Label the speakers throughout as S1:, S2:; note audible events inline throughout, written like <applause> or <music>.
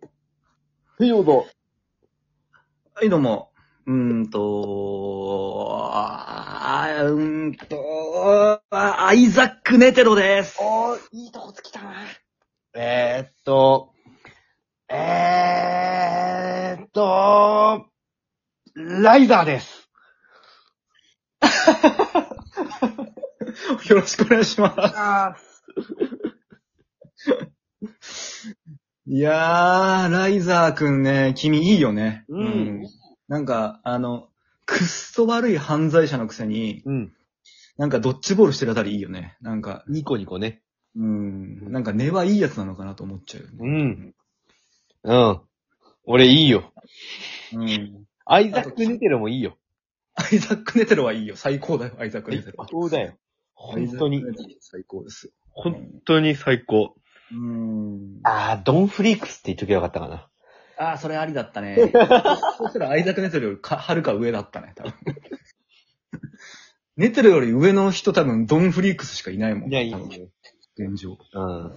S1: はい、どうぞ。
S2: はい、どうも。うーんと、あーうーんと、あアイザック・ネテロです。
S1: おー、いいとこつきたな。
S3: えー、っと、えー、っと、ライザーです。
S2: <laughs> よろしくお願いします。
S3: あ
S2: いやー、ライザーくんね、君いいよね。
S3: うん
S2: なんか、あの、くっそ悪い犯罪者のくせに、
S3: うん。
S2: なんかドッジボールしてるあたりいいよね。なんか、
S3: ニコニコね。
S2: うーん、なんか根はいいやつなのかなと思っちゃうよね。
S3: ん。うん。俺いいよ。
S2: うん。
S3: アイザック・ニテロもいいよ。
S2: アイザック・ネテロはいいよ。最高だよ、アイザック・ネテロ。
S3: そうだよ。本当
S2: アイ
S3: に
S2: ザッ、クネテロ最高ですよ。
S3: 本当に最高。
S2: うーん。
S3: あー、ドンフリークスって言っときゃよかったかな。
S2: ああ、それありだった
S3: <laughs>
S2: ね。そしたら、アイザック・ネテルよりか、はるか上だったね、多分。 <laughs> ネテルより上の人多分、ドン・フリークスしかいないもん。
S3: いや、いい
S2: 多
S3: よ
S2: 分。現状。
S3: うん。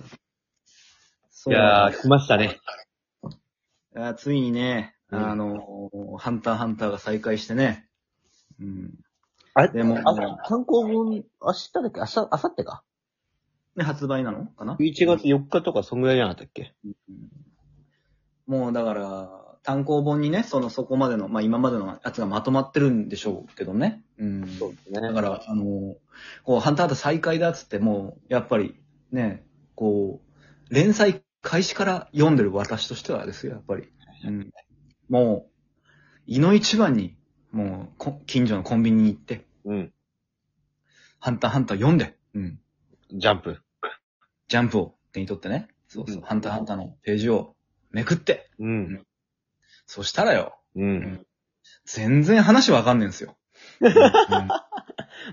S2: そ
S3: いうやー、来ましたね。
S2: あーついにね、
S3: うん
S2: あのーハンターハンターが再開してね。うん。
S3: あ
S2: でも
S3: 単行本、明日だっけ明日、明後日か。
S2: で、発売なのかな
S3: 11月4日とか、そんぐらいじゃなかったっけ
S2: もう、だから、単行本にね、その、そこまでの、まあ、今までのやつがまとまってるんでしょうけどね。うん。
S3: うですね
S2: だから、あの、こう、ハンターハンター再開だっつっても、やっぱり、ね、こう、連載開始から読んでる私としてはですよ、やっぱり。うん。もう、胃の一番に、もうこ、近所のコンビニに行って、
S3: うん。
S2: ハンターハンター読んで、うん。
S3: ジャンプ。
S2: ジャンプを手に取ってね、そうそう、
S3: うん
S2: ハンターハンターのページをめくって、
S3: うん。
S2: そしたらよ、
S3: うん。
S2: 全然話わかんねえんすよ。
S3: <laughs>
S2: うん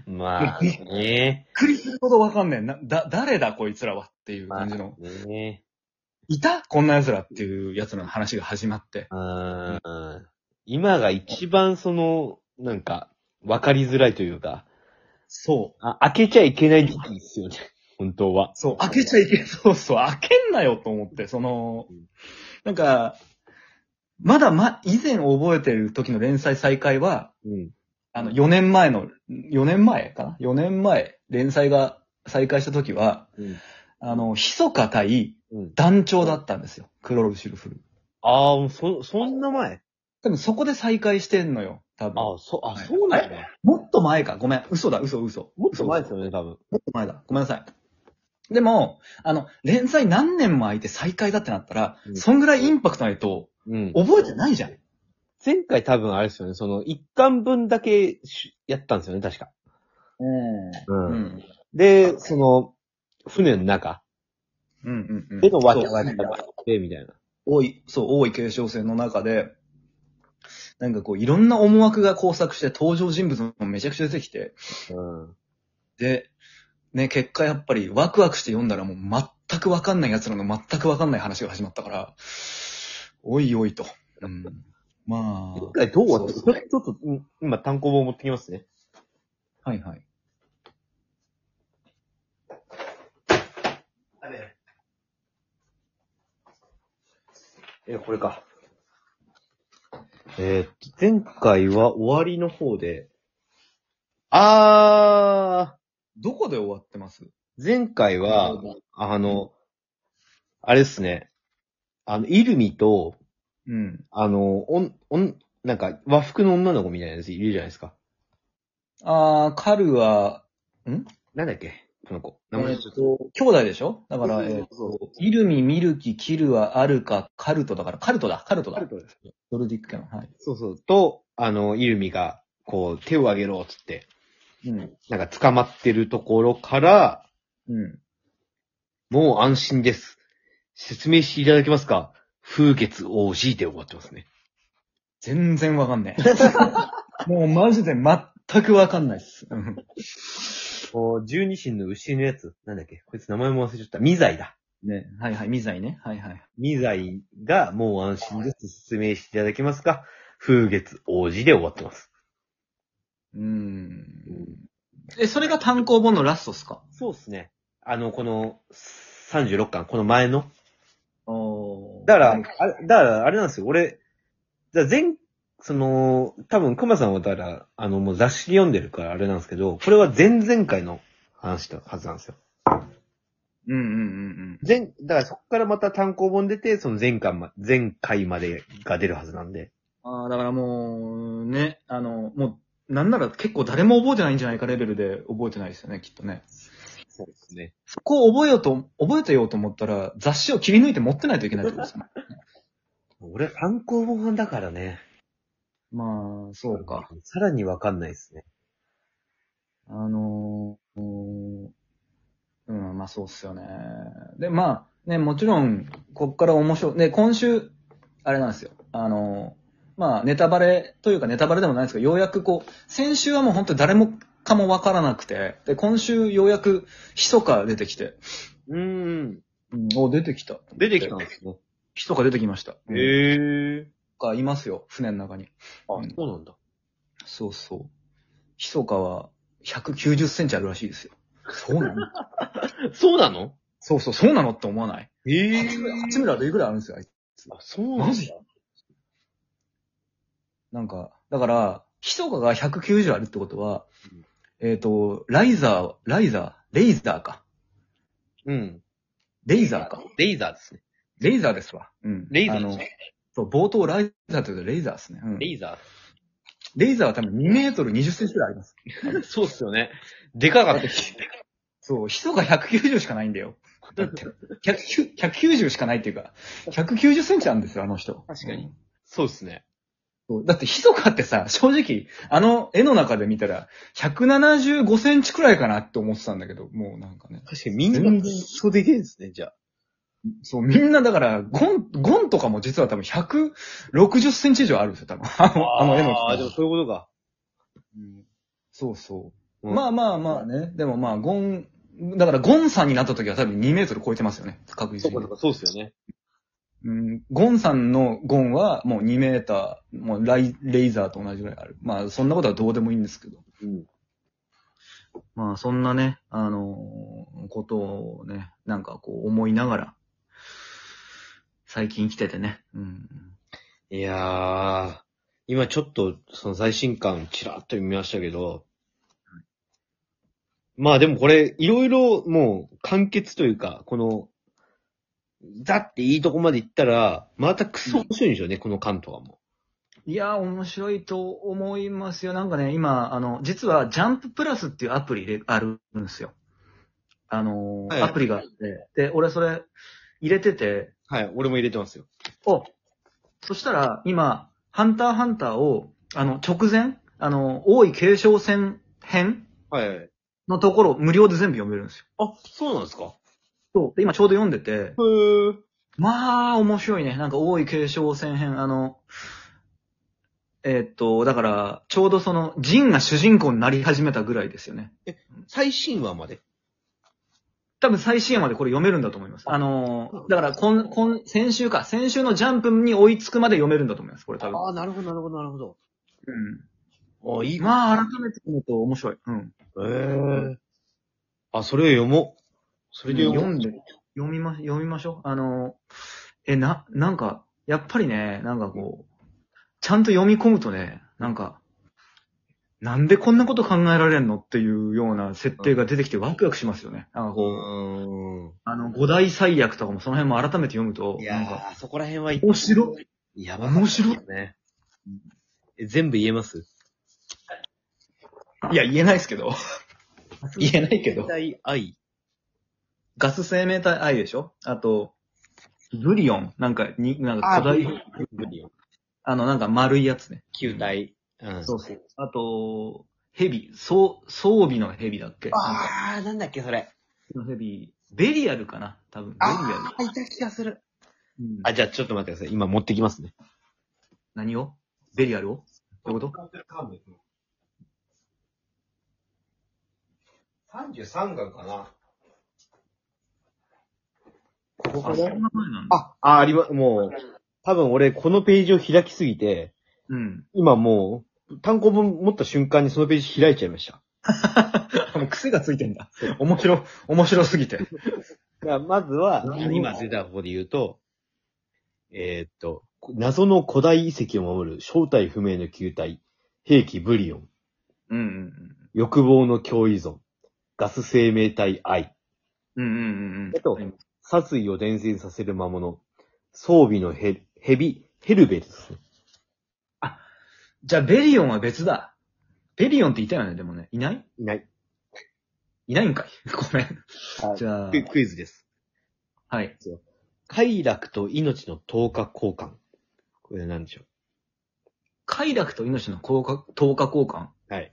S3: まあね。
S2: びっくりするほどわかんねえ。な、だ、誰だこいつらはっていう
S3: まあ
S2: 感じの。
S3: ね。
S2: いたこんな奴らっていう奴らの話が始まって。
S3: うーん。今が一番その、なんか、わかりづらいというか、
S2: そう。
S3: あ、開けちゃいけない時期ですよね。 <laughs> 本当は。
S2: そう、開けちゃいけない。 <laughs> そうそう、開けんなよと思って、その
S3: うん、
S2: なんか、まだま、以前覚えてる時の連載再開は、
S3: うん。
S2: あの、4年前の、4年前かな ?4 年前、連載が再開した時は、
S3: うん。
S2: あの、ひそか対
S3: うん。
S2: 団長だったんですよ。クロルシルフル。
S3: ああ、そ、そんな前
S2: 多分そこで再開してんのよ。多分。
S3: ああ、そ、あ、そうなんだ。
S2: もっと前か。ごめん。嘘だ、嘘、嘘。
S3: もっと前ですよね、多分。
S2: もっと前だ。ごめんなさい。でも、あの、連載何年も空いて再開だってなったら、
S3: うん
S2: そんぐらいインパクトないと、
S3: うん。
S2: 覚えてないじゃん。
S3: 前回多分あれですよね、その、一巻分だけしやったんですよね、確か。
S2: う。
S3: うん
S2: うん。
S3: で、その、船の中
S2: うん。うん。
S3: でのわけ
S2: そう
S3: わけがあって、みたいな。
S2: 多い、そう、多い継承戦の中で、なんかこう、いろんな思惑が交錯して登場人物もめちゃくちゃ出てきて、
S3: うん。
S2: で、ね、結果やっぱりワクワクして読んだらもう全くわかんない奴らの全くわかんない話が始まったから、おいおいと。うん。ま
S3: 一回どう終わった
S2: そう
S3: ちょちょっと、うん今単行本持ってきますね。
S2: あ、はいはい。
S3: え、これか。えーっと、前回は終わりの方で、あ
S2: どこで終わってます
S3: ー、前回は、あの、あれですね、あの、イルミと、
S2: うん。
S3: あの、おん、おん、なんか、和服の女の子みたいなやついるじゃないですか。
S2: あー、カルは、
S3: なんだっけこの子。
S2: え
S3: 名前
S2: っ
S3: ちょっと。
S2: と、兄弟でしょだから、
S3: そうそう
S2: えっ
S3: そう
S2: と、イルミ、ミルキ、キルは、アルカ、カルトだから、カルトだ、カルトだ。
S3: です。
S2: ノルディック家の、はい。
S3: そうそう。と、あの、イルミが、こう、手を挙げろ、っつって、
S2: うん。
S3: なんか捕まってるところから、
S2: うん。
S3: もう安心です。説明していただけますか風月 OG で終わってますね。
S2: 全然わかんね
S3: <laughs>
S2: え。もうマジで全くわかんないっす。うん
S3: お十二神の牛のやつ、なんだっけこいつ名前も忘れちゃった。ミザイだ。
S2: ね、はいはい、ミザイね。はいはい。
S3: ミザイがもう安心です。説明していただけますか風月 OG で終わってます。
S2: うーん。え、それが単行本のラストっすか
S3: そうですね。あの、この36巻、この前の
S2: おー
S3: だか
S2: は
S3: ら
S2: い、
S3: あれ、だから、あれなんですよ。俺、だから前、その、多分、熊さんはだから、あの、もう雑誌読んでるからあれなんですけど、これは前々回の話だはずなんですよ。
S2: うんうんうん
S3: 前、だからそこからまた単行本出て、その前回ま、前回までが出るはずなんで。
S2: うん。ああ、だからもう、ね、あの、もう、なんなら結構誰も覚えてないんじゃないかレベルで覚えてないですよね、きっとね。
S3: そうですね。
S2: そこを覚えようと、覚えてようと思ったら、雑誌を切り抜いて持ってないといけないってことですね。
S3: 俺、単行本だからね。
S2: <laughs> まあ、そうか。。
S3: さらにわかんないですね。
S2: あのーうーん、うんまあそうっすよね。で、まあ、ね、もちろん、こっから面白い、ね、今週、あれなんですよ。あのーまあ、ネタバレというかネタバレでもないんですけど、ようやくこう、先週はもう本当誰もかもわからなくて、で、今週ようやく、ひそか出てきて、
S3: うーん。
S2: うん、お、出てきた。
S3: 出てきたんですね。
S2: ひそか出てきました。え。
S3: へえ。
S2: か、いますよ、船の中に。
S3: あ
S2: うん、
S3: そうなんだ。
S2: そうそう。ひそかは、190センチあるらしいですよ。そうなの
S3: そうなの
S2: <laughs> そうそう、そうなのって思わない
S3: ええ
S2: 8ミラ、8ミラでいくらいあるんですよ、あいつ
S3: あ、そう
S2: マジなんか、だから、ヒソカが190あるってことは
S3: うん、
S2: えっ、と、ライザー、ライザー、レイザーか。
S3: うん。
S2: レイザーか。
S3: レイザーですね。
S2: レイザーですわ。うん。
S3: レイザー
S2: あ
S3: で
S2: の
S3: す、ね。
S2: そう、冒頭ライザーって言うとレイザーですね。うん
S3: レイザ
S2: レイザーは多分2メートル20センチぐらいあります。
S3: ー。 <laughs> そうっすよね。でかかった。
S2: そう、ヒソカ190しかないんだよ。だって、190 190しかないっていうか、190センチなんですよ、あの人。
S3: 確かに
S2: うん
S3: そうっすね。
S2: そうだって、ひそかってさ、正直、あの絵の中で見たら、175センチくらいかなって思ってたんだけど、もうなんかね。
S3: 確かにみん
S2: 全
S3: な、
S2: 然
S3: そうでけえですね、じゃあ。
S2: そう、みんなだから、ゴン、ゴンとかも実は多分160センチ以上あるんですよ、多分。あの、あの絵の
S3: ああ、
S2: 人
S3: でもそういうことか。
S2: うんそうそう。
S3: うん
S2: まあまあまあね。でもまあ、ゴン、だからゴンさんになった時は多分2メートル超えてますよね、確
S3: そ
S2: 実に
S3: うか、そう。か、そうっすよね。
S2: うん、ゴンさんのゴンはもう2メーター、もうライ、レイザーと同じぐらいある。まあ、そんなことはどうでもいいんですけど。
S3: うん。
S2: まあ、そんなね、あのーことをね、なんかこう思いながら、最近生きててね。うん。
S3: いやー、今ちょっと、その最新刊、ちらっと見ましたけど、まあでもこれ、いろいろもう、完結というか、この、だっていいとこまで行ったら、またクソ面白いんでしょうね、この巻とかも。
S2: いやー、面白いと思いますよ。なんかね、今、あの、実は、ジャンププラスっていうアプリであるんですよ。あのー
S3: はい
S2: アプリがあって、で、俺それ入れてて、
S3: はい、俺も入れてますよ。
S2: お、そしたら、今、ハンターハンターを、あの、直前、あの、王位継承戦編
S3: はい。
S2: のところ、無料で全部読めるんですよ。
S3: あ、そうなんですか
S2: そう。で、今ちょうど読んでて、
S3: へー。
S2: まあ、面白いね。なんか、王位継承戦編、あの、えーっと、だから、ちょうどその、ジンが主人公になり始めたぐらいですよね。
S3: 最新話まで。
S2: 多分最新話までこれ読めるんだと思います。あの、だから、こん、こん、先週か、先週のジャンプに追いつくまで読めるんだと思います、これ多分。
S3: ああ、なるほど、なるほど、なるほど。
S2: うん。
S3: ああ、いい。へ
S2: まあ、改めて見ると面白い。うん。
S3: え。あ、それを読もう。それで読もう。
S2: うん読んで読みま、読みましょう。あの、え、な、なんか、やっぱりね、なんかこう、ちゃんと読み込むとね、なんか、なんでこんなこと考えられんのっていうような設定が出てきてワクワクしますよね。なんか
S3: う
S2: こう、
S3: ーん。
S2: あの、五大最悪とかもその辺も改めて読むと、
S3: い
S2: なんか、
S3: やー、そこら辺は
S2: 面白い。
S3: やばかった
S2: 面白い
S3: ね。え全部言えます
S2: いや、言えないですけど。 <laughs> 言えないけど。
S3: 大愛。
S2: ガス生命体愛でしょあと、ブリオン。なんか、に、なんか巨大、あ
S3: ブリオン。
S2: の、なんか丸いやつね。
S3: 球体。うん。
S2: そうそう。あと、ヘビ、そう、装備のヘビだっけなんか
S3: あー、なんだっけ、それ。
S2: のヘビ、ベリアルかな多分、ベリア
S3: あー、いた気がする。
S2: ル。うん、
S3: あ、じゃあちょっと待ってください。今持ってきますね。
S2: 何をベリアルをどういうこと
S3: 33巻かな。
S2: こ
S3: こ
S2: あ、
S3: ね
S2: そんな前なんだ。
S3: あ、あ、ありま、もう、多分俺このページを開きすぎて、
S2: うん。
S3: 今もう、単行本持った瞬間にそのページ開いちゃいました。
S2: もう癖がついてんだ。面白、面白すぎて。
S3: じゃあまずは
S2: う、ん
S3: 今出た方で言うと、えーっと、謎の古代遺跡を守る正体不明の球体、兵器ブリオン、
S2: うん
S3: 欲望の強依存、ガス生命体愛、
S2: うんうん。うんうんうん。
S3: えっと
S2: あります
S3: 殺意を伝染させる魔物、装備のヘヘビ、ヘルベですね。
S2: じゃあ、ベリオンは別だ。ベリオンっていたよね、でもね。いない
S3: いない。
S2: いないん <laughs> かいごめん。
S3: はい
S2: じゃあ、
S3: クイズです。
S2: はい。
S3: 快楽と命の等価交換。これ何でしょ
S2: 快楽と命の効果、等価交換
S3: はい。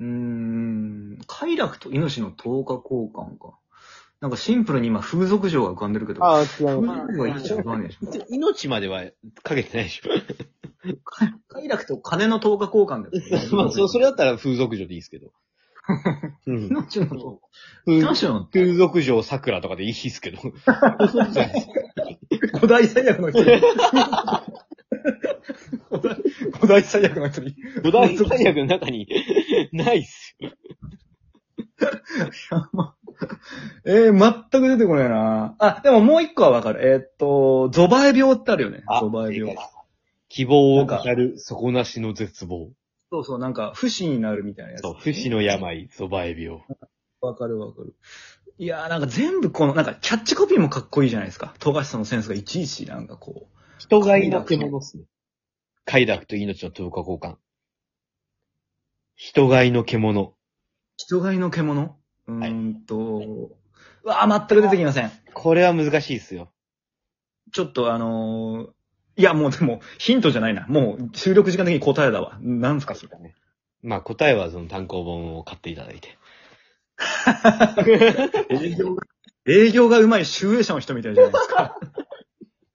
S2: うーん、快楽と命の等価交換か。なんかシンプルに今、風俗嬢が浮かんでるけ
S3: う
S2: ど。あ、
S3: あ、違
S2: 風
S1: ま
S2: 俗嬢が命浮かんでるでしょ。
S3: 命まではかけてないでしょ。。
S2: 快快楽と金の等価交換だ <laughs> よ
S3: <laughs> まあ、そそれだったら風俗嬢でいいですけ <laughs> ど。うん
S2: 命の等
S3: 風
S2: 価。命の
S3: 風俗嬢桜とかでいいです <laughs> けど。
S2: <laughs> 古代最悪の人に。古代古代最悪の人に。
S3: 五大三役の中に、ないっすよ。
S2: <laughs> えー、全く出てこないなあ、でももう一個はわかる。えーっと、ゾバエ病ってあるよね。ゾバエ病。
S3: 希望を語る底なしの絶望。
S2: そうそう、なんか、不死になるみたいなやつ。
S3: そう、不死の病、ゾバエ病。
S2: わかるわかる。いやーなんか全部この、なんかキャッチコピーもかっこいいじゃないですか。富樫さんのセンスがいちいちなんかこう。
S3: 人がいなくものっすね。快楽と命の等価交換。人がいの獣。
S2: 人買いの獣う
S3: い
S2: ーんと、うわー全く出てきません。
S3: これは難しいっすよ。
S2: ちょっとあのーいやもうでも、ヒントじゃないな。もう収録時間的に答えだわ。なんすかそれ。
S3: まあ答えはその単行本を買っていただい <laughs> て。
S2: 営業が、営業がうまい集英社の人みたいじゃないですか。